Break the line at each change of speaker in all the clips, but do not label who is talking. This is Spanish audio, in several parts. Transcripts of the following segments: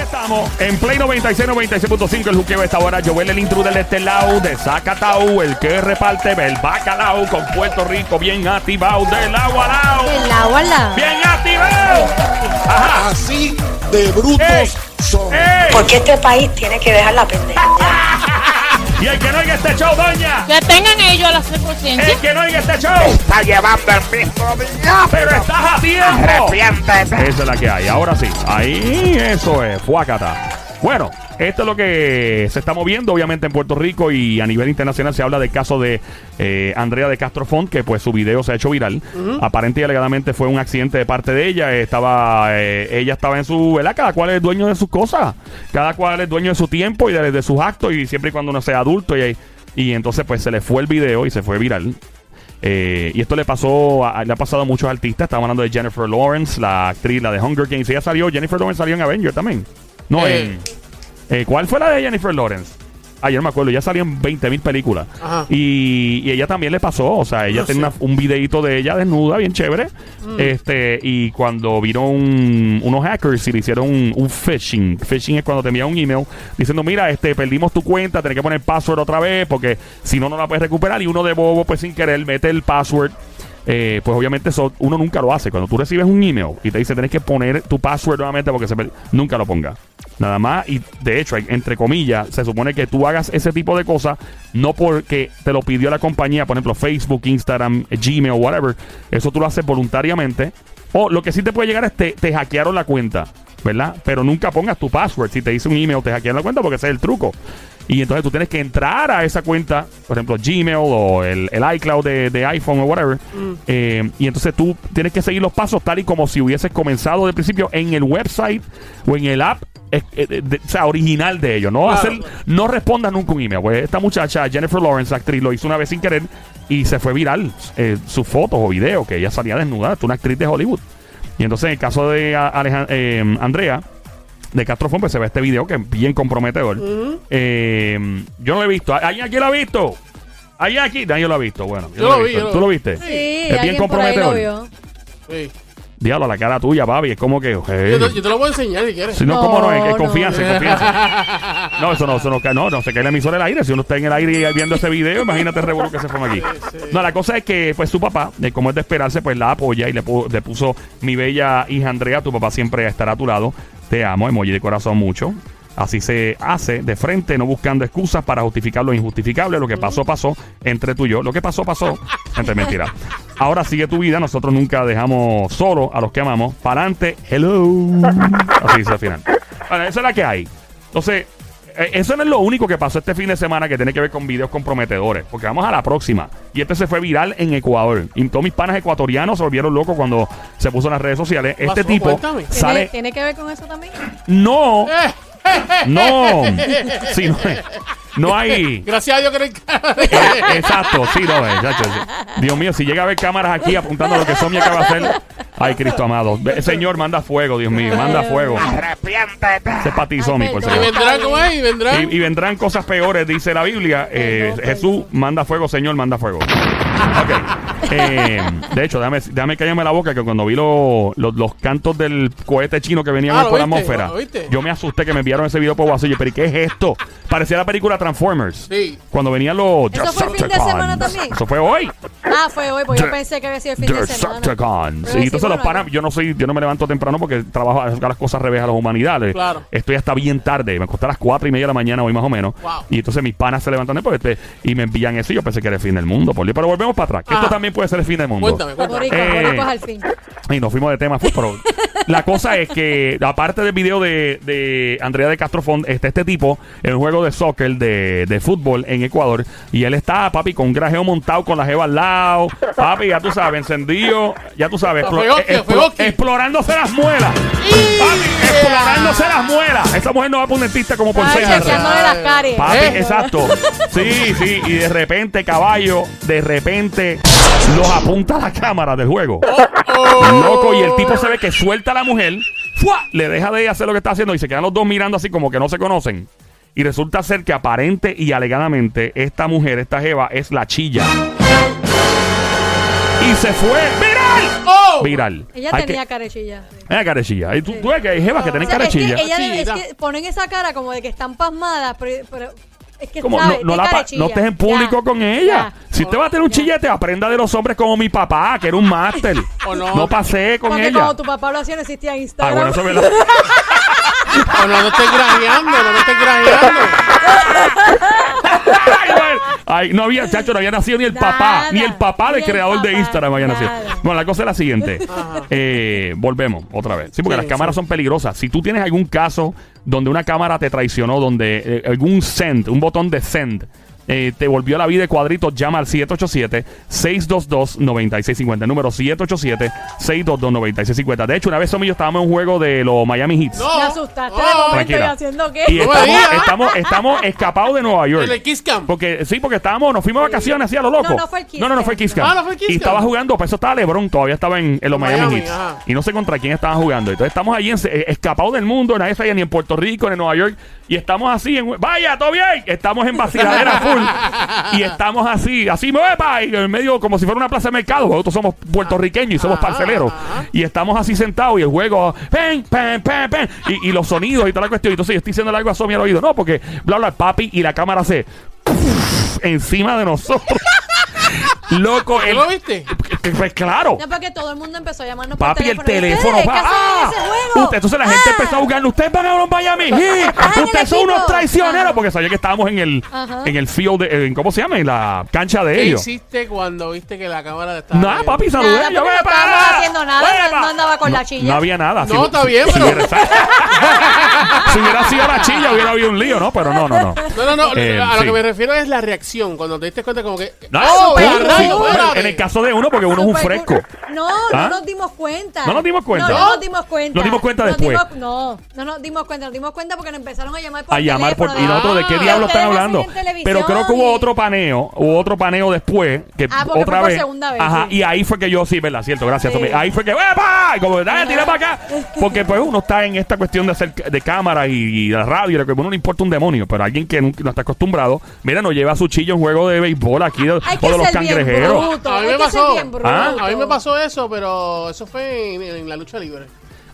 estamos en Play 96, 96.5. El juqueo esta hora. Joel, el intruder de este lado. De Zacatau, el que reparte el bacalao. Con Puerto Rico bien activado. Del agua al lado.
El agua al lado.
Bien activado. Ajá.
Así de brutos
Ey,
son.
ey.
Porque este país tiene que dejar la pendeja.
Y el que no oiga este show, doña.
Que tengan ellos a las 100%.
El que no oiga este show.
está llevando el mismo día.
Pero estás a tiempo.
Arrepiéntete.
Esa es la que hay. Ahora sí. Ahí, eso es. Fuacata. Bueno, esto es lo que se está moviendo, obviamente, en Puerto Rico y a nivel internacional se habla del caso de eh, Andrea de Castro Font, que pues su video se ha hecho viral. Aparente y alegadamente fue un accidente de parte de ella. Estaba, eh, ella estaba en su, ¿verdad? Cada cual es dueño de sus cosas. Cada cual es dueño de su tiempo y de, de sus actos y siempre y cuando uno sea adulto y, y entonces pues se le fue el video y se fue viral. Eh, y esto le pasó, a- le ha pasado a muchos artistas. Estamos hablando de Jennifer Lawrence, la actriz, la de Hunger Games. Ella salió, Jennifer Lawrence salió en Avenger también. No,
Eh.
en. eh, ¿Cuál fue la de Jennifer Lawrence? Ayer Ah, me acuerdo, ya salió en 20.000 películas.
Ajá.
Y, y ella también le pasó, o sea, ella
Ah,
tenía
sí. Mm.
una- un videito de ella desnuda, bien chévere. Este, y cuando vieron un- unos hackers y le hicieron un, un phishing. Phishing es cuando te envían un email diciendo, mira, este, perdimos tu cuenta, tenés que poner password otra vez, porque si no, no la puedes recuperar. Y uno de bobo, pues sin querer, mete el password. Eh, pues obviamente eso uno nunca lo hace. Cuando tú recibes un email y te dice tenés que poner tu password nuevamente porque se perdi-", nunca lo ponga. Nada más, y de hecho, entre comillas, se supone que tú hagas ese tipo de cosas no porque te lo pidió la compañía, por ejemplo, Facebook, Instagram, Gmail, whatever. Eso tú lo haces voluntariamente. O lo que sí te puede llegar es te, te hackearon la cuenta, ¿verdad? Pero nunca pongas tu password. Si te dice un email, te hackearon la cuenta porque ese es el truco. Y entonces tú tienes que entrar a esa cuenta, por ejemplo, Gmail o el, el iCloud de, de iPhone o whatever. Eh, y entonces tú tienes que seguir los pasos tal y como si hubieses comenzado de principio en el website o en el app. eh, eh, de- de- o sea, original de ellos. No,
Claro,
hacer,
claro.
no respondas nunca un email. Pues esta muchacha, Jennifer Lawrence, actriz, lo hizo una vez sin querer y se fue viral eh, sus fotos o videos que ella salía desnuda. Es una actriz de Hollywood. Y entonces en el caso de a- Alejan- eh, Andrea, de Castro Fon, pues se ve este video que es bien comprometedor. Eh, yo no lo he visto. ¿Alguien aquí lo ha visto? ¿Alguien aquí? Nadie lo ha visto. Bueno,
Yo
no
lo vi,
visto.
yo lo
¿Tú lo
vi.
viste?
Sí,
Es bien
alguien por ahí lo
comprometedor.
vio.
Sí.
Diablo, la cara tuya, papi. Es como que. hey.
Yo, te, yo te lo voy a enseñar si quieres.
Si no, ¿cómo no? Es que
No,
confianza,
no.
confianza. No, eso no, eso no, cae- no, no se cae la emisora del aire. Si uno está en el aire y viendo ese video, imagínate el revuelo que se forma aquí. No, la cosa es que, pues, su papá, de como es de esperarse, pues la apoya y le, pu- le puso mi bella hija Andrea, tu papá siempre estará a tu lado. Te amo, emoji de corazón mucho. Así se hace de frente, no buscando excusas para justificar lo injustificable. Lo que pasó, pasó entre tú y yo. Lo que pasó, pasó entre mentiras. Ahora sigue tu vida. Nosotros nunca dejamos solo a los que amamos. Para adelante, hello. Así dice al final. Bueno, esa es la que hay. Entonces, eh, eso no es lo único que pasó este fin de semana que tiene que ver con videos comprometedores. Porque vamos a la próxima. Y este se fue viral en Ecuador. Y todos mis panas ecuatorianos se volvieron locos cuando se puso en las redes sociales. Este
pasó?
tipo
Cuéntame.
¿Tiene,
sale.
tiene que ver con eso también?
No. No. Sí, no, no hay.
Gracias a Dios que no hay cara de-
Eh, Exacto, sí, no, eh, chacho, sí. Dios mío, si llega a haber cámaras aquí apuntando a lo que Sonia acaba de hacer. Ay, Cristo amado. Ve- Señor, manda fuego, Dios mío, manda fuego.
Arrepiéntete.
Ese es para ti, Somi, por
perdón.
favor.
Y vendrán, ¿cómo es? Y vendrán. pues.
Y, y vendrán cosas peores, dice la Biblia. Eh,
Ay, no,
Jesús, manda fuego, Señor, manda fuego. Ok. Eh, de hecho, déjame, déjame callarme la boca que cuando vi lo- lo- los cantos del cohete chino que venían
Ah,
por la
¿lo viste?
atmósfera,
¿Lo viste?
yo me asusté que me enviaron ese video por WhatsApp. Y yo, pero ¿y ¿qué es esto? Parecía la película Transformers.
Sí.
Cuando venían los...
¿Eso fue el fin de semana también?
Eso fue hoy.
Ah, fue hoy, porque yo pensé que había sido el fin de semana.
Decepticons.
Pero
Y
sí,
entonces los
bueno,
panas, yo no soy, yo no me levanto temprano porque trabajo a las cosas revés a las humanidades.
Claro.
Estoy hasta bien tarde, me acosté a las cuatro y media de la mañana hoy más o menos.
Wow.
Y entonces mis panas se levantan después este, y me envían eso y yo pensé que era el fin del mundo, por Dios. Pero volvemos para atrás, que
Ajá.
esto también puede ser el fin del mundo.
Cuéntame, cuéntame.
Boricua,
Eh.
boricua al fin.
Y nos fuimos de tema, fue, pero la cosa es que, aparte del video de, de Andrea de Castro Font, está este tipo en un juego de soccer, de, de fútbol en Ecuador, y él está, papi, con un grajeo montado con la jeva al lado, papi, ya tú sabes, encendido, ya tú sabes, explo-
Feoki, feoki.
explorándose las muelas, papi, explorándose las muelas. Esa mujer no va por un dentista como por
Ay,
seis años.
chequeándole Ah, las caries.
Papi,
¿Eh?
exacto. Sí, sí. Y de repente, caballo, de repente los apunta a la cámara del juego. Loco, y el tipo se ve que suelta a la mujer, ¡fua! le deja de hacer lo que está haciendo y se quedan los dos mirando así como que no se conocen. Y resulta ser que aparente y alegadamente esta mujer, esta jeva, es la chilla. Y se fue. ¡Mira!
¡Oh!
viral.
Ella
Hay
tenía
que-
carechilla.
Mira, carechilla. Y tú, tú ves que hay jevas que
O
tienen
sea, es que
carechilla.
ella- es
Carechilla.
que ponen esa cara como de que están pasmadas, pero, pero es que
Como,
sabe,
no, no,
de
la pa-
carechilla.
no estés en público
Ya,
con ella.
ya.
Si te vas a tener un
Ya.
chillete, aprenda de los hombres como mi papá, que era un máster.
O
no.
no.
pasé con
Porque
ella.
como tu papá lo hacía no existía
Ah,
Instagram.
bueno, eso es verdad.
Oh, no, no estés grajeando, no me estés grajeando.
Ay, bueno. Ay, no había, chacho, no había nacido ni el
Nada.
papá, ni el papá del
Ni el
creador de
papá,
Instagram había nacido.
nada.
Bueno, la cosa es la siguiente. Eh, volvemos otra vez. Sí, porque
Sí,
las cámaras son peligrosas. Si tú tienes algún caso donde una cámara te traicionó, donde eh, algún send, un botón de send, eh, te volvió la vida de cuadrito, llama al 787-622-9650. Número 787-622-9650. De hecho, una vez Somi y yo estábamos en un juego de los Miami Heats.
No.
Me asustaste de
Oh.
momento y
Tranquila.
haciendo qué.
Y
No me
estamos,
digas.
estamos, estamos escapados de Nueva York.
En el Kiss Camp.
Porque sí, porque estábamos, nos fuimos a vacaciones así a lo loco.
No, no fue el Kiss
No, no, no
Camp.
fue el Kiss Camp.
Ah, no fue el Kiss
Y
Camp.
estaba jugando, para eso estaba LeBron, todavía estaba en, en los Miami,
Miami,
Heat.
ajá.
Y no sé contra quién estaba jugando. Entonces estamos allí en- eh, escapados del mundo, nadie sabía ni en Puerto Rico, ni en Nueva York. Y estamos así, en, vaya, todo bien. Estamos en vaciladera full. Y estamos así, así me voy pa, y en medio como si fuera una plaza de mercado. porque Nosotros somos puertorriqueños y somos
Ajá,
parceleros.
ajá.
Y estamos así sentados y el juego, pen, pen, pen, pen, y, y los sonidos y toda la cuestión. Entonces yo estoy diciendo algo a Somi al oído, no, porque bla, bla, papi, y la cámara se encima de nosotros. Loco,
¿Tú
el,
lo viste?
pues claro.
No, porque todo el mundo empezó a llamarnos por
Papi, el teléfono
teléfono. ¿Ustedes
va.
qué hacen en ese juego?
Usted- entonces la gente
Ah.
empezó a jugar. Ustedes van a los Miami Heat.
Ah, en el
Ustedes son
equipo.
unos traicioneros.
Ajá.
Porque sabía que estábamos en el,
Ajá.
en el field, de- en, ¿cómo se llama? En la cancha de
¿Qué
ellos.
hiciste cuando viste que la cámara estaba...
Nada,
viendo?
papi, saludé.
Nada,
yo
porque
"Ve pa,
no estábamos
nada,
haciendo nada,
ve
no-
pa".
no andaba con la chilla.
No había nada.
No, está bien,
si
pero-
hubiera, si hubiera sido la chilla, hubiera habido un lío, ¿no? Pero no, no, no.
No, no, no.
Eh,
a lo
sí.
que me refiero es la reacción. Cuando te diste cuenta como que...
No,
¡Oh,
sí,
a
sí,
rayos, espérate!
en el caso de uno, porque uno es un
Super
fresco.
cool. No,
¿Ah?
no nos dimos cuenta.
¿No nos dimos cuenta?
No, no nos dimos cuenta.
Nos dimos cuenta
Nos
después.
dimos- no, no nos dimos cuenta. Nos dimos cuenta porque nos empezaron a llamar por
a llamar por y
teléfono.
nosotros de qué
Ah.
diablo están
Ustedes hacen
hablando
en televisión
pero creo que hubo
y-
otro paneo hubo otro paneo después que
Ah, porque
otra
fue por
vez,
segunda vez,
ajá
sí.
y ahí fue que yo sí verdad cierto gracias
Sí.
Tommy. ahí fue que ¡epa! Y como dale tira para acá porque pues uno está en esta cuestión de hacer de cámara y, y la radio y lo que pues, uno no le importa un demonio pero alguien que nunca- no está acostumbrado mira no lleva su chillo en juego de béisbol aquí de-
Hay que
o de los
ser bien
cangrejeros
bruto,
A mí
hay
me
que ser
pasó.
Este bien bruto.
Ah.
A mí me pasó eso, pero eso fue en, en la lucha libre.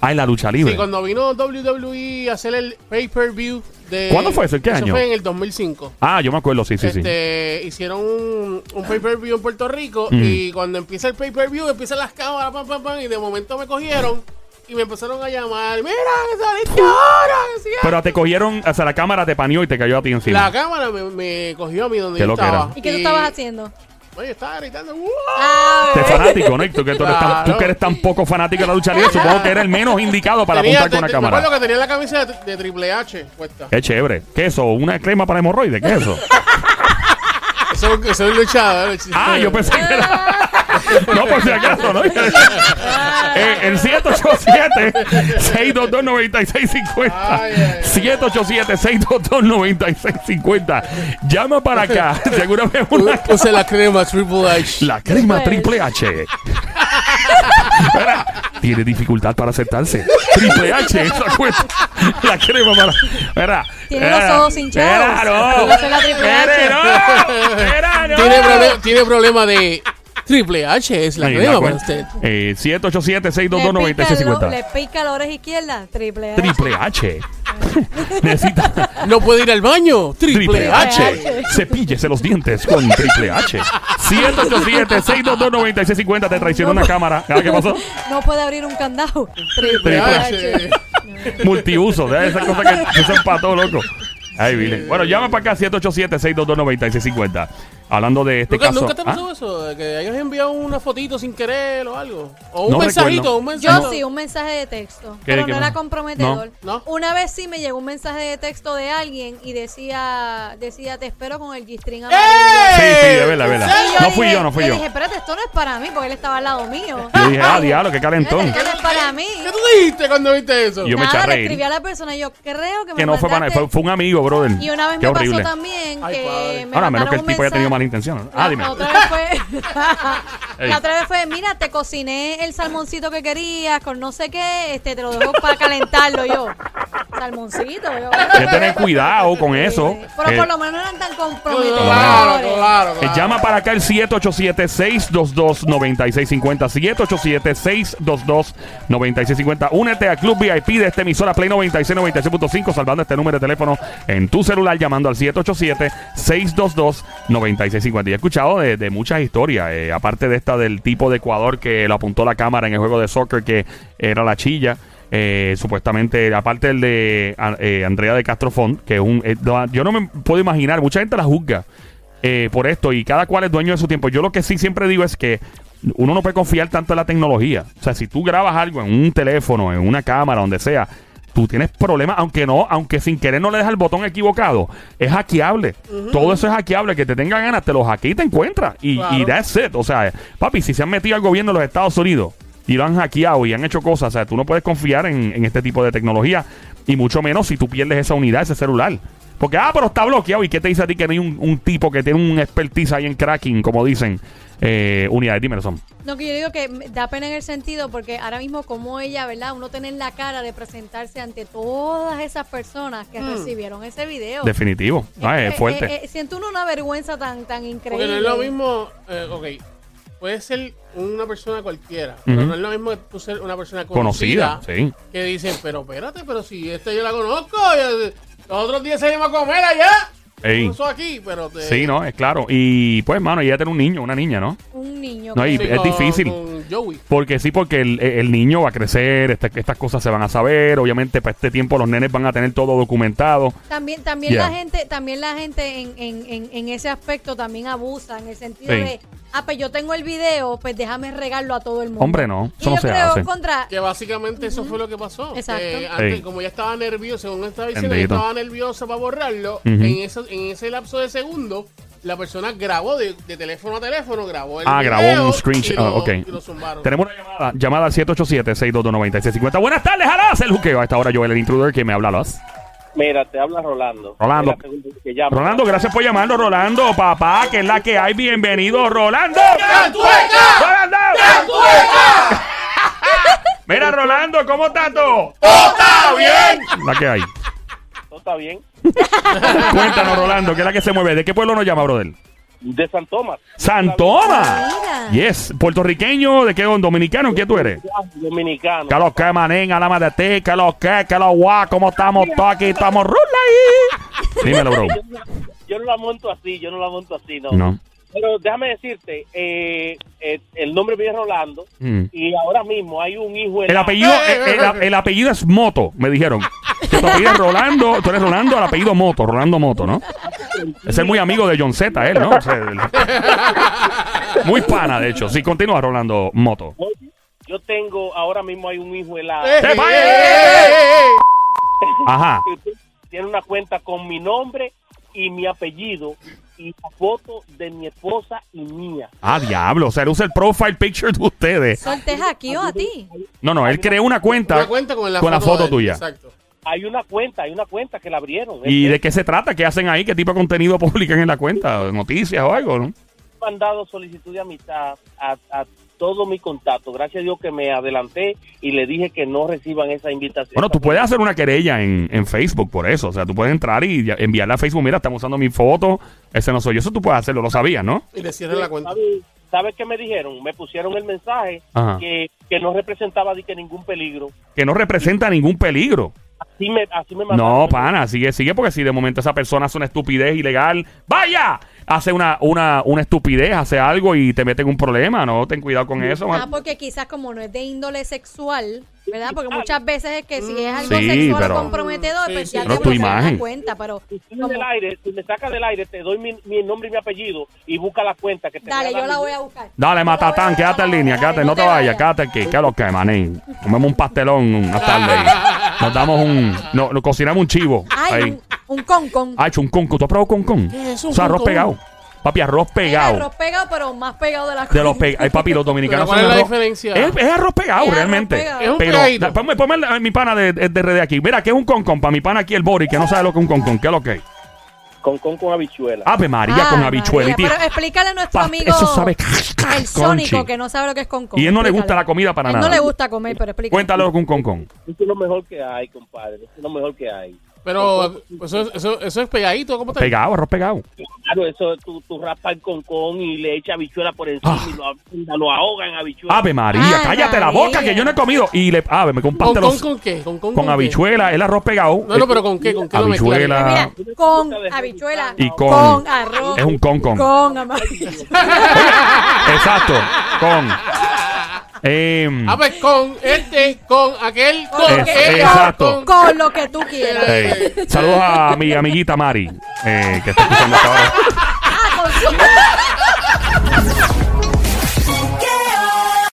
ah en la lucha libre
Sí, cuando vino WWE a hacer el pay-per-view de...
¿Cuándo fue eso? ¿En qué año?
Eso fue en el 2005.
ah yo me acuerdo sí sí sí
este, Hicieron un, un pay-per-view en Puerto Rico
Mm.
y cuando empieza el pay-per-view, empiezan las cámaras, pam, pam, pam, y de momento me cogieron y me empezaron a llamar, mira, que saliste ahora. que sí, ah".
pero te cogieron o sea la cámara te paneó y te cayó a ti encima
La cámara me, me cogió a mí donde
Qué
yo
loquera.
estaba.
¿Y qué tú estabas haciendo?
No, yo estaba gritando, "¡Wow!".
Ah,
Este
bebé.
fanático, ¿no? Y Tú que, tú, eres tan,
Claro.
tú que eres tan poco fanático de la lucha libre, supongo que eres el menos indicado para
Tenía-
apuntar con una
te- te- Me
cámara.
acuerdo que tenía la camisa de, de Triple H puesta.
Qué chévere. ¿Qué es eso? ¿Una crema para hemorroides? ¿Qué es eso?
Soy, soy luchador.
Ah, yo pensé que era. No, por si acaso, ¿no?
Ah.
Eh, el
Ay,
787-622-9650.
ay,
787-622-9650. Llama para acá. Seguramente una
Puse la crema Triple H.
La crema
Pues.
Triple H. Espera, Tiene dificultad para aceptarse. Triple H, esa cuenta. La crema para. Espera.
Tiene los ojos
Espera,
hinchados.
no.
Yo soy la Triple H.
Espera, no. Espera, no.
Tiene, proble- tiene problema de Triple H, es la
Ahí,
crema para
cuenta.
usted.
Eh,
Le pica el o-
787-622-9650.
Le pica la oreja izquierda. Triple A.
Triple H. Necesita
No puede ir al baño. Triple,
Triple
H.
H. Cepíllese los dientes con Triple H. 787-622-9650. Te traicionó una cámara. ¿Ah, ¿Qué pasó?
No puede abrir un candado. Triple
Triple
H.
Multiuso, de esas cosas que que son para todo loco. Ay, Vile. Bueno, llama para acá 787-622-9650. Hablando de este
¿Nunca,
caso.
nunca te
¿Ah?
pasó eso? ¿De Que hayas enviado una fotito sin querer o algo. O un
No recuerdo.
mensajito, un
Yo
mensajito.
sí, un mensaje de texto.
¿Qué,
pero
qué
no
más?
era comprometedor.
No. No.
Una vez sí me llegó un mensaje de texto de alguien y decía, decía te espero con el G-string
Sí,
amarillo.
sí, de verdad, de verdad.
Y yo
¡Eh! No fui
dije-
yo, no fui yo.
dije, espérate, esto no es para mí, porque él estaba al lado mío.
Yo dije, ah, diablo, qué calentón.
Espérate, esto no es para mí.
¿Qué tú dijiste cuando viste eso?
Yo me eché a
Nada, le
reír.
escribí a la persona y yo creo que me
Que no fue para
mandaste-
fue, fue un amigo, brother.
Y una vez
Qué
me
horrible.
pasó también
Ay,
que
padre.
me
Ahora, a
mandaron
menos que el
un
tipo haya tenido
mensaje-
mala malintencionado. Ah, dime.
La otra vez fue.
Ey.
la otra vez fue, mira, te cociné el salmoncito que querías con no sé qué, este te lo dejo para calentarlo yo. Salmoncito, yo.
Hay que tener cuidado con eso.
Pero
Eh,
por lo menos eran tan comprometedores.
Claro, claro,
Eh,
claro.
llama para acá el 787-622-9650. 787-622-9650. Únete al Club VIP de esta emisora Play 96, 96.5, salvando este número de teléfono en tu celular, llamando al 787-622-9650. Y he escuchado de, de muchas historias, eh, aparte de esta del tipo de Ecuador que lo apuntó la cámara en el juego de soccer que era la chilla. Eh, supuestamente, aparte el de a- eh, Andrea de Castro Font, que es un. eh, no, yo no me puedo imaginar, mucha gente la juzga eh, por esto y cada cual es dueño de su tiempo. Yo lo que sí siempre digo es que uno no puede confiar tanto en la tecnología. O sea, si tú grabas algo en un teléfono, en una cámara, donde sea, tú tienes problemas, aunque no, aunque sin querer no le des al botón equivocado, es hackeable. Todo eso es hackeable. Que te tenga ganas, te lo hackea y te encuentra. Y,
Claro.
y that's it. O sea, papi, si se han metido al gobierno de los Estados Unidos y lo han hackeado y han hecho cosas, o sea, tú no puedes confiar en, en este tipo de tecnología y mucho menos si tú pierdes esa unidad, ese celular. Porque, ah, pero está bloqueado. ¿Y qué te dice a ti que no hay un, un tipo que tiene un expertise ahí en cracking, como dicen? Eh, unidades, dime, son.
No, que yo digo que me- da pena en el sentido porque ahora mismo como ella, ¿verdad? Uno tener la cara de presentarse ante todas esas personas que
Mm.
recibieron ese video.
Definitivo. Ah,
Eh,
es
eh,
fuerte.
eh, eh, siento uno una vergüenza tan, tan
Porque
increíble.
no es lo mismo, eh, ok, puede ser una persona cualquiera, pero
Ujú.
no es lo mismo que tú ser una persona conocida.
Conocida, sí.
Que dicen, pero espérate, pero si esta yo la conozco, yo- los otros días se iba a comer allá.
Ey.
Eso aquí, pero te-
Sí, no, es claro. Y pues, mano, ella tiene un niño, una niña, ¿no?
Un niño.
No, y-
que-
es difícil.
con Joey.
Porque sí, porque el, el niño va a crecer, esta- estas cosas se van a saber. Obviamente, para este tiempo los nenes van a tener todo documentado.
También, también
Yeah.
la gente, también la gente en, en, en, en ese aspecto también abusa, en el sentido
Sí.
de, ah, pues yo tengo el video, pues déjame regarlo a todo el mundo.
Hombre, no,
Y
eso no
yo
se
creo
hace.
contra
Que básicamente eso fue lo que pasó.
Exacto.
Que antes,
Ey.
como ella estaba nerviosa, según estaba diciendo, ella
Bendito.
estaba nerviosa para borrarlo.
Ujú.
en, ese, en ese lapso de segundo, la persona grabó de, de teléfono a teléfono, grabó el
Ah,
video
grabó un
y
screenshot.
lo-
Ah, ok.
y lo zumbaron.
Tenemos una llamada. Llamada al 787-622-9650. Buenas tardes, Alas. El juqueo. A esta hora, Joel, el intruder, que me habla, Alas.
Mira, te habla Rolando.
Rolando.
Es la segunda vez que llamo.
Rolando, gracias por llamarnos, Rolando. Papá, que es la que hay. Bienvenido, Rolando.
¡Cantueca!
¡Rolando!
¡Cantueca!
Mira, Rolando, ¿cómo estás tú?
¡Está bien!
La que hay.
¿Todo está bien?
Cuéntanos, Rolando, que es la que se mueve. ¿De qué pueblo nos llama, brother?
De San Tomás.
San Tomás.
Mira.
Yes. ¿Puertorriqueño? ¿De qué? ¿Dominicano? ¿Qué tú eres?
Dominicano.
¿Qué lo que, manín? Alama de ti. ¿Qué lo que? ¿Qué lo guá? ¿Cómo estamos todos aquí? ¿Estamos rula ahí? Dímelo, bro.
Yo no la monto así, yo no la monto así, no.
No.
Pero déjame decirte, eh, eh, el nombre mío es Rolando
Mm.
y ahora mismo hay un hijo
El apellido,
Eh, eh,
el, el- el apellido es Moto, me dijeron. Que tu apellido es Rolando, tú eres Rolando, el apellido Moto, Rolando Moto, ¿no? Es el muy amigo de John Z, él, ¿no? O sea, el- muy pana, de hecho. Sí, continúa Rolando Moto.
Oye, Yo tengo, ahora mismo hay un hijo helado.
¡Eh,
¡Te vaya! Ajá.
Tiene una cuenta con mi nombre y mi apellido y la foto de mi esposa y mía.
Ah, diablo. O sea, él usa el profile picture de ustedes.
Sol te hackeó a ti.
No, no, él creó una cuenta
Una cuenta con la
con la
foto,
foto
de él,
tuya.
Exacto.
Hay una cuenta, hay una cuenta que la abrieron. ¿eh?
¿Y
Es-
de qué se trata? ¿Qué hacen ahí? ¿Qué tipo de contenido publican en la cuenta? ¿Noticias o algo, no?
mandado solicitud de amistad a, a todo mi contacto. Gracias a Dios que me adelanté y le dije que no reciban esa invitación.
Bueno, tú puedes hacer una querella en, en Facebook por eso. O sea, tú puedes entrar y ya- enviarle a Facebook, mira, estamos usando mi foto, ese no soy yo. Eso tú puedes hacerlo, lo sabías, ¿no?
Y le cierran la cuenta.
¿Sabes sabe qué me dijeron? Me pusieron el mensaje
Ajá.
que, que no representaba de que ningún peligro.
Que no representa ningún peligro.
Así me, así me mandaron.
No, pana, sigue, sigue, porque si de momento esa persona hace una estupidez ilegal, ¡vaya! Hace una, una, una estupidez, hace algo y te mete en un problema, ¿no? Ten cuidado con eso.
Ah,
man.
porque quizás como no es de índole sexual, ¿verdad? Porque muchas veces es que si es algo
Sí,
sexual
pero-
o comprometedor,
Sí,
pues
sí.
ya
Pero
te
tu
bloquean la
imagen.
cuenta, pero
Si estoy en
como-
el aire, si me sacas del aire, te doy mi, mi nombre y mi apellido y busca la cuenta que te voy a
dale,
dar
yo la
mi-
voy a buscar.
Dale,
Yo la voy a
Matatán,
buscar,
quédate en
dale,
línea,
dale,
quédate, no te vayas, quédate aquí, que es lo que, manín. Comemos un pastelón una tarde. y Nos damos un, no, nos cocinamos un chivo.
Ay,
ahí.
un, un con con.
Ah, hecho un conco. ¿Tú has probado concón?
¿Qué es un
O sea, arroz
concón?
pegado. Papi, arroz pegado.
Arroz pegado, pero más pegado de la
De los pe- Ay, papi, los dominicanos
¿Pero cuál
son
es la
arroz-
diferencia?
Es, es arroz pegado,
Es arroz
realmente.
pegado.
Es un
Pero,
pegadito.
da- ponme, ponme el- mi pana de, de RD aquí. Mira, ¿qué es un concón? Para mi pana aquí, el Bori, que no sabe lo que es un concón. ¿Qué es lo que es?
Con con con habichuela.
Ave María
Ah,
con habichuela. y
María,
tía-
Pero explícale a nuestro
pa-
amigo
eso sabe-
el sónico
conchi.
que no sabe lo que es con con.
Y él no le gusta
Explícale.
la comida para
Él
nada.
No le gusta comer, pero explícale.
Cuéntalo con con con.
Eso es lo mejor que hay, compadre. Eso es lo mejor que hay.
Pero eso, eso, eso es pegadito, ¿cómo está?
Pegado, arroz pegado.
Claro, eso tú, tú raspas el concón y le echas habichuela por encima
Ah.
y lo, ab- lo ahogan habichuela.
Ave María,
Ah,
cállate la
María.
boca que yo no he comido. Y le, ave, me
¿Con,
comparte
con,
los.
con qué? ¿Con, con,
con
qué?
habichuela, el arroz pegado.
No, no,
eh,
pero ¿con qué? ¿Con qué lo mezclan?
Habichuela.
Mira, con habichuela.
Y con-
arroz.
Es un con con.
Con amarillo.
Eh, Exacto, con. Em,
Ah, pues con este, con aquel, con este,
Es-
aquel,
exacto.
Con lo que tú quieras.
ey, Saludos a mi amiguita Mari, eh, que está escuchando hasta ahora.
Ah, con su-